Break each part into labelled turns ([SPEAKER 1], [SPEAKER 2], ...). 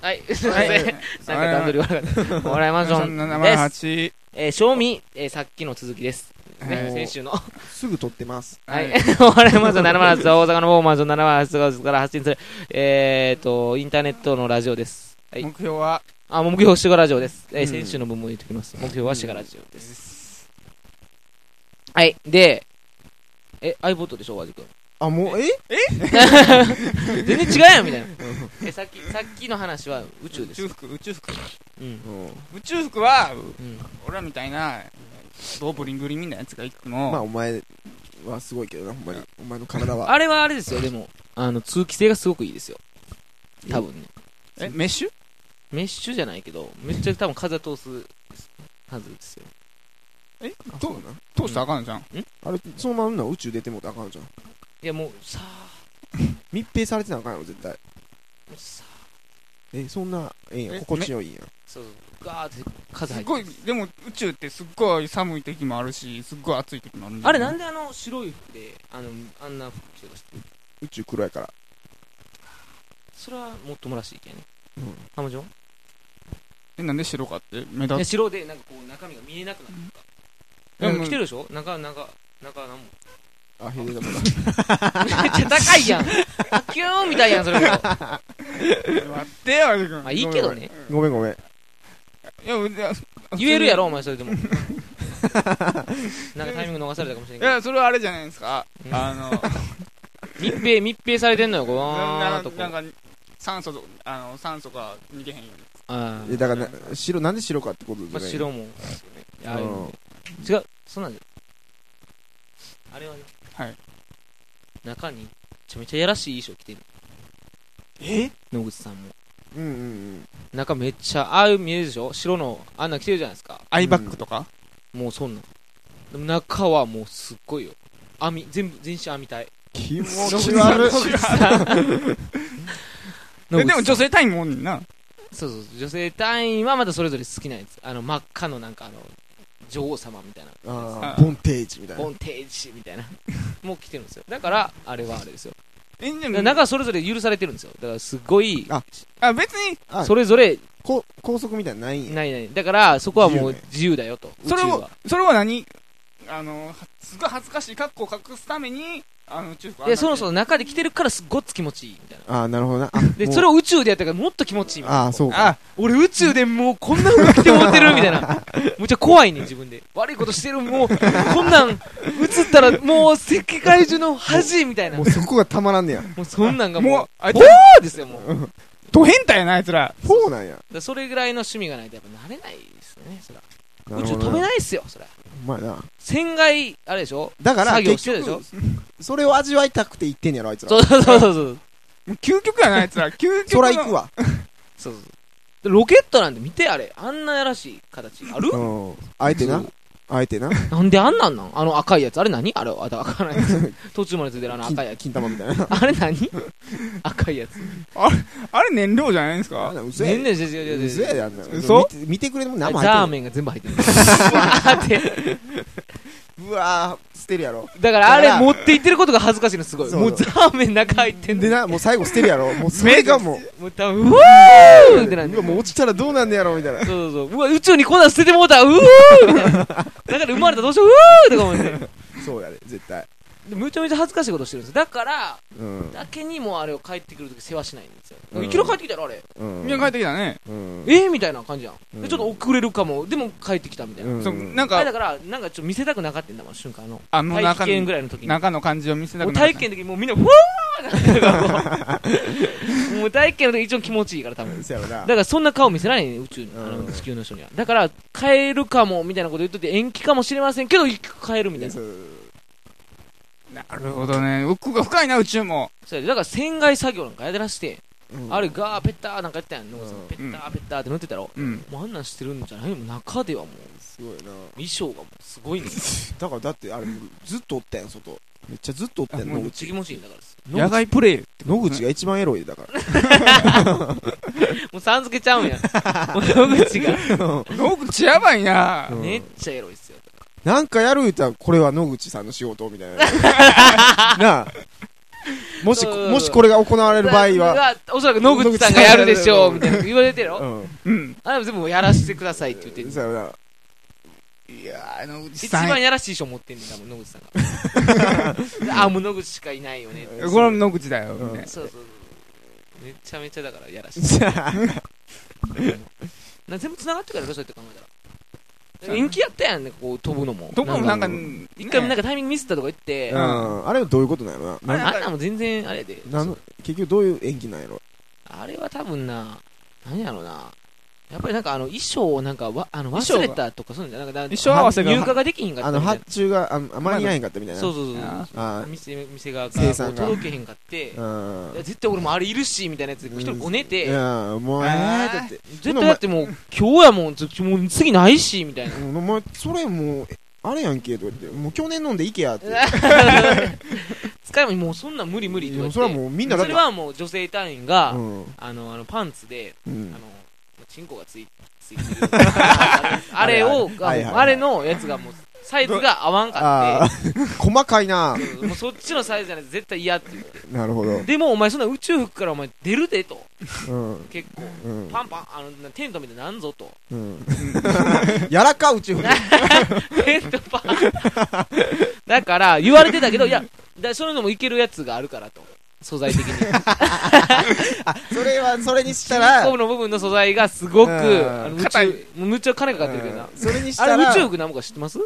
[SPEAKER 1] はい、すいません。なんか段取り悪かった。もらいマンションです。
[SPEAKER 2] 378
[SPEAKER 1] えー、賞味、えー、さっきの続きです。ね、先週の。
[SPEAKER 3] すぐ撮ってます。
[SPEAKER 1] はい。 お笑いマンション708は大阪の某マンション708から発信する、えーと、インターネットのラジオです。はい
[SPEAKER 2] 目。標は
[SPEAKER 1] あ、目標シガラジオです。えー
[SPEAKER 3] うん
[SPEAKER 1] 先週の分も言っておきます。目標はシガラジオ
[SPEAKER 2] で
[SPEAKER 1] です。
[SPEAKER 2] す
[SPEAKER 1] はい。で、え、iPod でしょ、和じ くん。
[SPEAKER 3] あ、もう、え
[SPEAKER 1] 全然違うやん、みたいな。え、さっき、さっきの話は宇宙
[SPEAKER 2] 宇
[SPEAKER 1] です
[SPEAKER 2] 宙。服宇宙服
[SPEAKER 1] うん。
[SPEAKER 2] 宇宙服は
[SPEAKER 1] うん。
[SPEAKER 2] 俺らみたいなどうブリンブリンみたいなやつが行く
[SPEAKER 3] まあ、
[SPEAKER 2] の
[SPEAKER 3] お前はすごいけどな、ほんまに。お前の体は。
[SPEAKER 1] あれはあれですよ、でも、あの、通気性がすごくいいですよ。多分ね。
[SPEAKER 2] えメッシュ
[SPEAKER 1] メッシュじゃないけど、めっちゃ多分風通すはずですよ。
[SPEAKER 3] あそうなん
[SPEAKER 2] 通したらあかんじゃん
[SPEAKER 3] あれ、そのままな宇宙出てもうたらあかんじゃん。
[SPEAKER 1] いや、もう、さあ、
[SPEAKER 3] 密閉されてなあかんよ、絶対。
[SPEAKER 1] もうさあ、
[SPEAKER 3] え、そんな、ええやん
[SPEAKER 2] え
[SPEAKER 3] 心地よいやん。
[SPEAKER 1] そうそう、ガーって風
[SPEAKER 2] す
[SPEAKER 1] 入
[SPEAKER 2] っ
[SPEAKER 1] って
[SPEAKER 2] ごいでも宇宙ってすっごい寒い時もあるしすっごい暑い時もあるんだよね
[SPEAKER 1] あれなんであの白い服で、あの、あんな服着てるか知ってる
[SPEAKER 3] 宇宙黒やから。
[SPEAKER 1] それはもっともらしいけんね。
[SPEAKER 3] うん
[SPEAKER 1] ハムジョン
[SPEAKER 2] えなんで白かって目
[SPEAKER 1] いや、
[SPEAKER 2] 立つ
[SPEAKER 1] 白でなんかこう中身が見えなくなる
[SPEAKER 2] う
[SPEAKER 1] で
[SPEAKER 2] ん
[SPEAKER 1] も着てるでしょ中、中、中なんも。
[SPEAKER 3] あ、へえ、だから。
[SPEAKER 1] めっちゃ高いやん。キューンみたいやん、それも。ま
[SPEAKER 2] 待ってよ藤君
[SPEAKER 1] あいいけどね。
[SPEAKER 3] ごめんごめん。
[SPEAKER 2] いやいや
[SPEAKER 1] 言えるやろ、お前、それでも。なんかタイミング逃されたかもしれん
[SPEAKER 2] い
[SPEAKER 1] けど
[SPEAKER 2] やそれはあれじゃないですか
[SPEAKER 1] うん
[SPEAKER 2] あの
[SPEAKER 1] 密閉、密閉されてんのよ、こうわー
[SPEAKER 2] な
[SPEAKER 1] っとこう。
[SPEAKER 2] なんか酸素とあの酸素が逃げへんように
[SPEAKER 1] あ
[SPEAKER 3] え、
[SPEAKER 1] ー
[SPEAKER 3] だからな、白、なんで白かってことじ
[SPEAKER 1] ま
[SPEAKER 3] ゃ
[SPEAKER 1] あ、
[SPEAKER 3] ない
[SPEAKER 1] 白も。いやああいうのね違う、そうなんじゃ。あれはね、
[SPEAKER 2] はい
[SPEAKER 1] 中に、めちゃめちゃやらしい衣装着てる。
[SPEAKER 3] え
[SPEAKER 1] 野口さんも。
[SPEAKER 3] うんうんうん。
[SPEAKER 1] 中めっちゃ、ああいう見えるでしょ白の、あんなん着てるじゃないですか。
[SPEAKER 2] アイバッグとか
[SPEAKER 1] もうそんなん。でも中はもうすっごいよ。網、全部、全身網体。
[SPEAKER 3] 気持
[SPEAKER 2] ち
[SPEAKER 3] ち
[SPEAKER 2] 悪
[SPEAKER 3] 悪
[SPEAKER 2] い
[SPEAKER 3] い。
[SPEAKER 2] えでも女
[SPEAKER 1] 性、
[SPEAKER 2] 性単位もおんねんな
[SPEAKER 1] そうそう、女性隊員はまたそれぞれ好きなやつ。あの、真っ赤のなんかあの、女王様みたいな。
[SPEAKER 3] あ
[SPEAKER 2] あ
[SPEAKER 3] ーボンテージみたい
[SPEAKER 1] ボ
[SPEAKER 3] な。
[SPEAKER 1] ンテージみたいな。もう来てるんですよ。だから、あれはあれですよ。
[SPEAKER 2] えで
[SPEAKER 1] だか
[SPEAKER 2] も
[SPEAKER 1] ら中はそれぞれ許されてるんですよ。だからすごい、
[SPEAKER 3] あ
[SPEAKER 2] あ別に
[SPEAKER 3] あ、
[SPEAKER 1] それぞれ、
[SPEAKER 3] こ高速みたいなのないんや。
[SPEAKER 1] ないない。だから、そこはもう自由だよと。
[SPEAKER 2] それ
[SPEAKER 1] 宇宙
[SPEAKER 2] を
[SPEAKER 1] は。
[SPEAKER 2] それは何あのはすごい恥ずかしい格好を隠すためにあの宇宙服あん
[SPEAKER 1] で、
[SPEAKER 2] な
[SPEAKER 1] そもそも中で来てるからすっごっつ気持ちいいみたいな。
[SPEAKER 3] あー、なるほどな。あ
[SPEAKER 1] で、それを宇宙でやったからもっと気持ちいいみたいな。
[SPEAKER 3] あー、そうか。
[SPEAKER 2] あ
[SPEAKER 1] 俺宇宙でもうこんな服着てもうてるみたいな。むっちゃ怖いねん自分で。悪いことしてる、もう、こんなん映ったらもう世界中の恥みたいな。
[SPEAKER 3] も
[SPEAKER 1] も
[SPEAKER 3] うそこがたまらんねや。
[SPEAKER 1] うそんなんが
[SPEAKER 2] も
[SPEAKER 1] も、
[SPEAKER 2] うあいうつ
[SPEAKER 1] ほーですよ、もう。だか
[SPEAKER 2] ド変態やなあいつら
[SPEAKER 3] そうなんや。
[SPEAKER 1] らそれぐらいの趣味がないとやっぱなれないですよね、そら。
[SPEAKER 3] な
[SPEAKER 1] 宇
[SPEAKER 3] る
[SPEAKER 1] 宙
[SPEAKER 3] ほど
[SPEAKER 1] 飛べないっすよ、そら。
[SPEAKER 3] まあな。
[SPEAKER 1] 船外、あれでしょ
[SPEAKER 3] だから、
[SPEAKER 1] 作業し
[SPEAKER 3] 結
[SPEAKER 1] てるでしょ
[SPEAKER 3] 局、それを味わいたくて言ってんやろ、あいつら。
[SPEAKER 1] そうそうそうそう。
[SPEAKER 2] もう究極やなあいつら究極
[SPEAKER 3] そ
[SPEAKER 2] の
[SPEAKER 3] ら行くわ。
[SPEAKER 1] そうそうでロケットなんて見てあれあんなやらしい形ある
[SPEAKER 3] うん。あえてな
[SPEAKER 1] そう。
[SPEAKER 3] あえてな。
[SPEAKER 1] なんであんなんなんあの赤いやつあれ何あれあだ赤いやつ 途中までついてるあの赤いや
[SPEAKER 3] 金
[SPEAKER 1] つ
[SPEAKER 3] 金玉 みたいな。
[SPEAKER 1] あれ何赤いやつ
[SPEAKER 2] あれ燃料じゃないんです
[SPEAKER 3] あん
[SPEAKER 2] か
[SPEAKER 3] な嘘や
[SPEAKER 1] 全
[SPEAKER 3] で。
[SPEAKER 1] 然違う違う違う
[SPEAKER 3] 嘘やで、あんな。
[SPEAKER 2] 嘘
[SPEAKER 3] 見て見てくれるもん
[SPEAKER 1] あ
[SPEAKER 3] 生
[SPEAKER 1] ザ
[SPEAKER 3] 入っ
[SPEAKER 1] ー
[SPEAKER 3] て
[SPEAKER 1] メンが全部入ってるわーって
[SPEAKER 3] る。うわー、捨てるやろ。
[SPEAKER 1] だからあれ持っていってることが恥ずかしいのすごい
[SPEAKER 3] そう
[SPEAKER 1] もうザーメン中入ってん
[SPEAKER 3] で
[SPEAKER 1] で
[SPEAKER 3] な、もう最後捨てるやろ。もうそれがもう、
[SPEAKER 1] もう多分うわーってなって
[SPEAKER 3] うわもう落ちたらどうなんねやろ、みたいな。
[SPEAKER 1] そうそうそううわ宇宙にこんなん捨ててもうたうわーみたいなだから生まれたらどうしよううわーとか思って
[SPEAKER 3] そうやで、絶対。
[SPEAKER 1] でめちゃめちゃ恥ずかしいことしてるんですよだから
[SPEAKER 3] うん。
[SPEAKER 1] だけにもうあれを帰ってくるとき世話しないんですよ。
[SPEAKER 3] うん
[SPEAKER 1] いきなり帰ってきたよ、あれ。
[SPEAKER 3] うん。
[SPEAKER 2] みんな帰ってきたね
[SPEAKER 3] うん。
[SPEAKER 1] えーみたいな感じやん。
[SPEAKER 3] う
[SPEAKER 1] で
[SPEAKER 3] ん
[SPEAKER 1] ちょっと遅れるかも。でも帰ってきたみたいな。
[SPEAKER 3] うん
[SPEAKER 2] そうなん
[SPEAKER 1] あれ
[SPEAKER 2] か
[SPEAKER 1] だから、なんかちょっと見せたくなかったんだもん、瞬間の。
[SPEAKER 2] あの
[SPEAKER 1] 体
[SPEAKER 2] 中
[SPEAKER 1] 験
[SPEAKER 2] の
[SPEAKER 1] ぐらいの時に。も
[SPEAKER 2] 中の感じを見せた
[SPEAKER 1] う
[SPEAKER 2] くなかった
[SPEAKER 1] 体験の時にもうみんな、ふわーっ てもう体験の時一番気持ちいいから、多分。
[SPEAKER 3] そやろな
[SPEAKER 1] だ。からそんな顔見せないね、宇宙に、
[SPEAKER 3] うん
[SPEAKER 1] あの地球の人には。だから、帰るかも、みたいなこと言っとって延期かもしれませんけど、帰るみたいな。
[SPEAKER 3] そ
[SPEAKER 1] そう
[SPEAKER 2] なるほどね奥が深いな宇宙も
[SPEAKER 1] うやでだから、船外作業なんかやってらして、
[SPEAKER 3] うん
[SPEAKER 1] あれガーペッターなんかやったやん。野口さん
[SPEAKER 3] うん
[SPEAKER 1] ペッターペッターって乗ってたろ。
[SPEAKER 2] うん
[SPEAKER 1] もうあんなんしてるんじゃないもう中ではもう
[SPEAKER 3] すごいな。
[SPEAKER 1] 衣装がもうすごいね
[SPEAKER 3] だからだってあれずっとおったやん外めっちゃずっとおったやん
[SPEAKER 2] あもう
[SPEAKER 3] 野
[SPEAKER 1] めっ
[SPEAKER 3] 口
[SPEAKER 1] ちゃ気持ちいいんだからです
[SPEAKER 2] 野外プレイ
[SPEAKER 3] 野口が一番エロいだか
[SPEAKER 1] もうさん付けちゃうんやもう野口が
[SPEAKER 2] 野口やばいな
[SPEAKER 3] ら、
[SPEAKER 1] めっちゃエロいっすよ
[SPEAKER 3] なんかやる言うたらこれは野口さんの仕事みたいななあもし、
[SPEAKER 1] うん
[SPEAKER 3] もしこれが行われる場合は、
[SPEAKER 1] おそらく野口さんがやるでしょうみたいな言われてる
[SPEAKER 3] う
[SPEAKER 1] よ
[SPEAKER 3] ん。
[SPEAKER 2] うん。
[SPEAKER 1] あれも全部やらせてくださいって言ってる
[SPEAKER 3] そうや
[SPEAKER 2] いやー、野口
[SPEAKER 1] 一
[SPEAKER 2] さん
[SPEAKER 1] 番。やらしい賞持ってんねん多分野口さんがああもう野口しかいないよねって
[SPEAKER 2] これも野口だよ。
[SPEAKER 3] うん
[SPEAKER 2] ね
[SPEAKER 1] そうそうそうめちゃめちゃだからやらしい
[SPEAKER 3] な。
[SPEAKER 1] な全部繋がってるからそうやって考えたら延期やったやんねこう飛ぶのも
[SPEAKER 2] どこもなんか、
[SPEAKER 3] なん
[SPEAKER 1] 一回もなん
[SPEAKER 2] か、
[SPEAKER 1] かタイミングミスったとか言って、
[SPEAKER 3] う
[SPEAKER 1] あ
[SPEAKER 3] ん。あれはどういうことなんやろな。
[SPEAKER 1] れあんなんも全然あれやで
[SPEAKER 3] ななんの結局どういう演技なんやろ。
[SPEAKER 1] あれは多分な、何やろな。やっぱりなんかあの衣装をなんかわあの
[SPEAKER 2] 衣装
[SPEAKER 1] 忘
[SPEAKER 2] が
[SPEAKER 1] れたとかそういうんじゃなくて、なんか
[SPEAKER 2] 衣装合わせが
[SPEAKER 1] 入荷ができひんか
[SPEAKER 3] あ
[SPEAKER 1] った
[SPEAKER 3] の、
[SPEAKER 1] みたい
[SPEAKER 3] 発注が、ああ間に合えへんかったみたい
[SPEAKER 1] な。
[SPEAKER 3] な。
[SPEAKER 1] そう
[SPEAKER 3] う。
[SPEAKER 1] そうそう
[SPEAKER 2] あ
[SPEAKER 1] そ
[SPEAKER 3] あ
[SPEAKER 1] う。店店側
[SPEAKER 3] 生
[SPEAKER 1] がこ
[SPEAKER 3] 産
[SPEAKER 1] う
[SPEAKER 3] が
[SPEAKER 1] 届けへんかって、い
[SPEAKER 3] あ。うん
[SPEAKER 1] や。絶対俺もあれいるしみたいなやつで一人こね
[SPEAKER 3] い
[SPEAKER 1] て、
[SPEAKER 3] や、もう、え
[SPEAKER 2] あ
[SPEAKER 3] え
[SPEAKER 2] ー
[SPEAKER 3] だって。
[SPEAKER 1] 絶対だってもう今日やもん、ずもう次ないしみたいな。
[SPEAKER 3] うんお前、それもう、えあれやんけ、とか言って。もう去年飲んでいけや、って。
[SPEAKER 1] 使いももうそんなん無理無理と
[SPEAKER 3] い
[SPEAKER 1] か
[SPEAKER 3] や
[SPEAKER 1] 言
[SPEAKER 3] それは
[SPEAKER 1] って。
[SPEAKER 3] もうみんな
[SPEAKER 1] そ
[SPEAKER 3] だって
[SPEAKER 1] れ。はもう女性隊員が、
[SPEAKER 3] うん。
[SPEAKER 1] あの、あのパンツで、
[SPEAKER 3] う
[SPEAKER 1] あ
[SPEAKER 3] ん
[SPEAKER 1] の、 チンコがついついてる。ああれを、が
[SPEAKER 3] はいはい
[SPEAKER 1] あれのやつがもう、サイズが合わんか
[SPEAKER 3] ああ
[SPEAKER 1] っ、
[SPEAKER 3] 細かいな
[SPEAKER 1] て、 そうもうそっちのサイズじゃないと絶対嫌って言って。
[SPEAKER 3] なるほど。
[SPEAKER 1] でもお前そんな宇宙服からお前出るでと。
[SPEAKER 3] うん。
[SPEAKER 1] 結構。
[SPEAKER 3] うん。
[SPEAKER 1] パンパン、あの、なテントみたいになんぞと。
[SPEAKER 3] うん。やらか、うちほど。
[SPEAKER 1] テントパン。だから、言われてたけど、いや、だそれでもいけるやつがあるからと。素材的 に。
[SPEAKER 3] それは、それにしたら、
[SPEAKER 1] コブの部分の素材がすごく、
[SPEAKER 3] うん
[SPEAKER 1] あの宇宙
[SPEAKER 2] 硬い
[SPEAKER 1] もうむっちゃ金かかってるけどな。
[SPEAKER 3] うんそれにし
[SPEAKER 1] あ
[SPEAKER 3] た
[SPEAKER 1] れ
[SPEAKER 3] ら、
[SPEAKER 1] 宇宙服なんぼか知ってます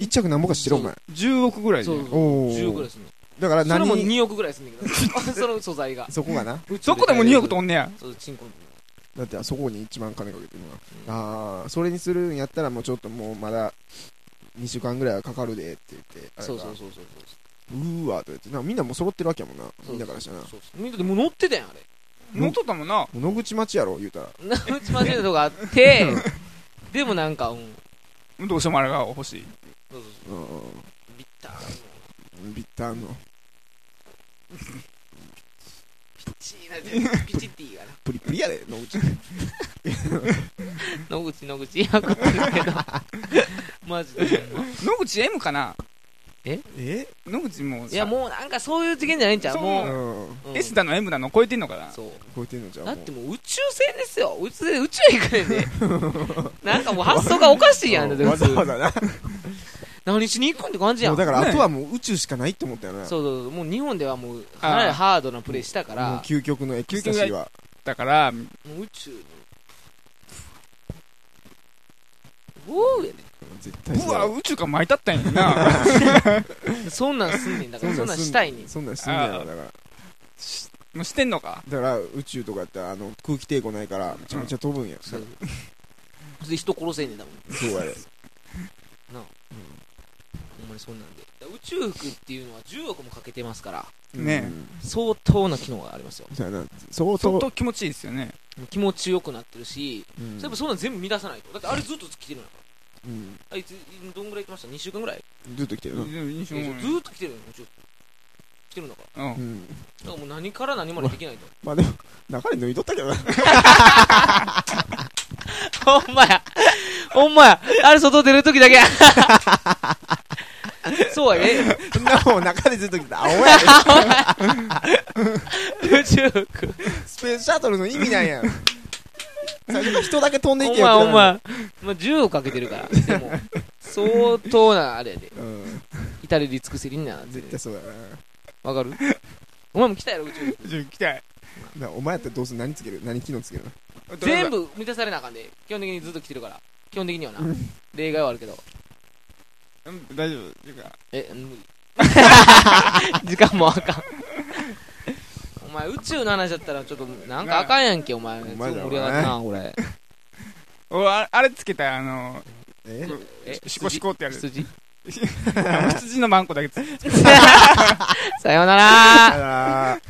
[SPEAKER 3] 一着なんぼかしてろ、お前。
[SPEAKER 2] 10億ぐらいで
[SPEAKER 1] そ。うそう。
[SPEAKER 3] お
[SPEAKER 1] 10ぐらい
[SPEAKER 3] ー。
[SPEAKER 1] するの。
[SPEAKER 3] だから
[SPEAKER 1] それも
[SPEAKER 3] 何、
[SPEAKER 1] 2億ぐらいすんだけどその素材が
[SPEAKER 3] そこがな。
[SPEAKER 2] どこでも2億
[SPEAKER 1] ん
[SPEAKER 2] とんねや。
[SPEAKER 1] そうチンコの
[SPEAKER 3] だって、あそこに一番金かけてるな。ああ、それにするんやったら、もうちょっともうまだ、2週間ぐらいはかかるで、って言って。あれが
[SPEAKER 1] そうそうそうそう
[SPEAKER 3] うーわ、とか言って。なんかみんなもう揃ってるわけやもんな。
[SPEAKER 1] そう
[SPEAKER 3] みんなからしたら。も
[SPEAKER 1] そうそうみんなでもう乗ってたやんあれ
[SPEAKER 2] 乗っとったもんな。
[SPEAKER 3] う野口町やろ、言うたら。
[SPEAKER 1] なうちまでのとこあってでもなんかうん
[SPEAKER 2] どうしてもあれが欲しい。
[SPEAKER 1] そうそう
[SPEAKER 3] う
[SPEAKER 1] そうビッター
[SPEAKER 3] ん。ビッターの、
[SPEAKER 1] ピチーなピチティーがな
[SPEAKER 3] プリプリやで、野口。
[SPEAKER 1] 野口野口やこってるけどマジでほんま
[SPEAKER 2] 野口 M かな
[SPEAKER 3] え
[SPEAKER 2] 野口もうさ
[SPEAKER 1] いやもうなんかそういう次元じゃないんちゃう
[SPEAKER 2] そう
[SPEAKER 3] う
[SPEAKER 1] もう
[SPEAKER 3] ん。
[SPEAKER 1] うん
[SPEAKER 2] S だの M だの超えてんのかな
[SPEAKER 1] そう
[SPEAKER 3] 超えてんのじゃん。
[SPEAKER 1] だっ
[SPEAKER 3] もう
[SPEAKER 1] てもう宇宙船ですよ宇宙船宇宙へ行くねんでなんかもう発想がおかしいやんだって
[SPEAKER 3] わ
[SPEAKER 1] 普
[SPEAKER 3] ざ
[SPEAKER 1] 通
[SPEAKER 3] わざな。
[SPEAKER 1] 何しに行くんって感じや
[SPEAKER 3] も
[SPEAKER 1] ん
[SPEAKER 3] うだから、
[SPEAKER 2] ね
[SPEAKER 3] あとはもう宇宙しかないって思ったよな。
[SPEAKER 1] そうそうそうもう日本ではもう
[SPEAKER 2] あー
[SPEAKER 1] かなりハードなプレーしたか
[SPEAKER 3] もう
[SPEAKER 1] ら
[SPEAKER 3] 究極のエクスタシーは。
[SPEAKER 2] だから、
[SPEAKER 1] もう宇宙におうや
[SPEAKER 3] 絶対
[SPEAKER 2] うわ、
[SPEAKER 3] そう。
[SPEAKER 2] 宇宙から巻いたったんやな。
[SPEAKER 1] でそんなんすんねんだからそんなん
[SPEAKER 3] す
[SPEAKER 1] したいに
[SPEAKER 3] そんなんすんねやろ、だから。
[SPEAKER 2] しもうしてんのか
[SPEAKER 3] だから宇宙とかやってあの空気抵抗ないからめちゃめちゃ飛ぶんや、
[SPEAKER 1] そうそれで人殺せんねんだもん
[SPEAKER 3] そうやで
[SPEAKER 1] ほんまにそんなんでだから宇宙服っていうのは10億もかけてますから
[SPEAKER 2] ね
[SPEAKER 1] 相当な機能がありますよ
[SPEAKER 3] えそうやな相
[SPEAKER 2] 相
[SPEAKER 3] 当
[SPEAKER 2] 当気持ちいいですよね。
[SPEAKER 1] 気持ちよくなってるし
[SPEAKER 3] うん
[SPEAKER 1] それもそんなん全部乱さないとだってあれずっと着てるんやから
[SPEAKER 3] うん
[SPEAKER 1] あいつどんぐらい着てました2週間ぐらい
[SPEAKER 3] ずっと来てるな
[SPEAKER 2] 印
[SPEAKER 1] ず
[SPEAKER 2] 象も
[SPEAKER 1] ーっと着てるよ宇宙服着てるんだから
[SPEAKER 2] うん
[SPEAKER 3] うん
[SPEAKER 1] だからもう何から何までできないと
[SPEAKER 3] まあでも中で脱いとったけどな
[SPEAKER 1] ほんまや。ほんまや。あれ外出るときだけや。そうやね。
[SPEAKER 3] そんなもん中でずっと来た青やで
[SPEAKER 1] 宇宙服。
[SPEAKER 3] スペースシャトルの意味な んや最初から人だけ飛んでい
[SPEAKER 1] ほん
[SPEAKER 3] けよ
[SPEAKER 1] ま
[SPEAKER 3] っ
[SPEAKER 1] ほ
[SPEAKER 3] て
[SPEAKER 1] ん
[SPEAKER 3] なる
[SPEAKER 1] ま。まあ、銃をかけてるから。でも、相当な、あれやで。
[SPEAKER 3] うん
[SPEAKER 1] 至れり尽くせりになって
[SPEAKER 3] 絶対そうやな
[SPEAKER 1] わかるお前も来たやろ、宇宙服。
[SPEAKER 2] 宇宙行きたい。
[SPEAKER 3] なお前やったらどうする何つける何機能つける
[SPEAKER 1] 全部満たされなあかんで。基本的にずっと来てるから。基本的にはな。例外はあるけど。
[SPEAKER 2] うん大丈夫。っていうか
[SPEAKER 1] え、無理。 時間もあかん。お前、宇宙の話だったら、ちょっと、なんかあかんやんけ、お前。
[SPEAKER 3] お前
[SPEAKER 1] 盛
[SPEAKER 3] だろ
[SPEAKER 1] り上がったな、これ。
[SPEAKER 2] 俺ああれつけたいあの、
[SPEAKER 3] え
[SPEAKER 1] え
[SPEAKER 2] シコシコってやる。
[SPEAKER 1] 羊
[SPEAKER 2] あの羊のマンコだけつ
[SPEAKER 1] さようなら
[SPEAKER 3] あらー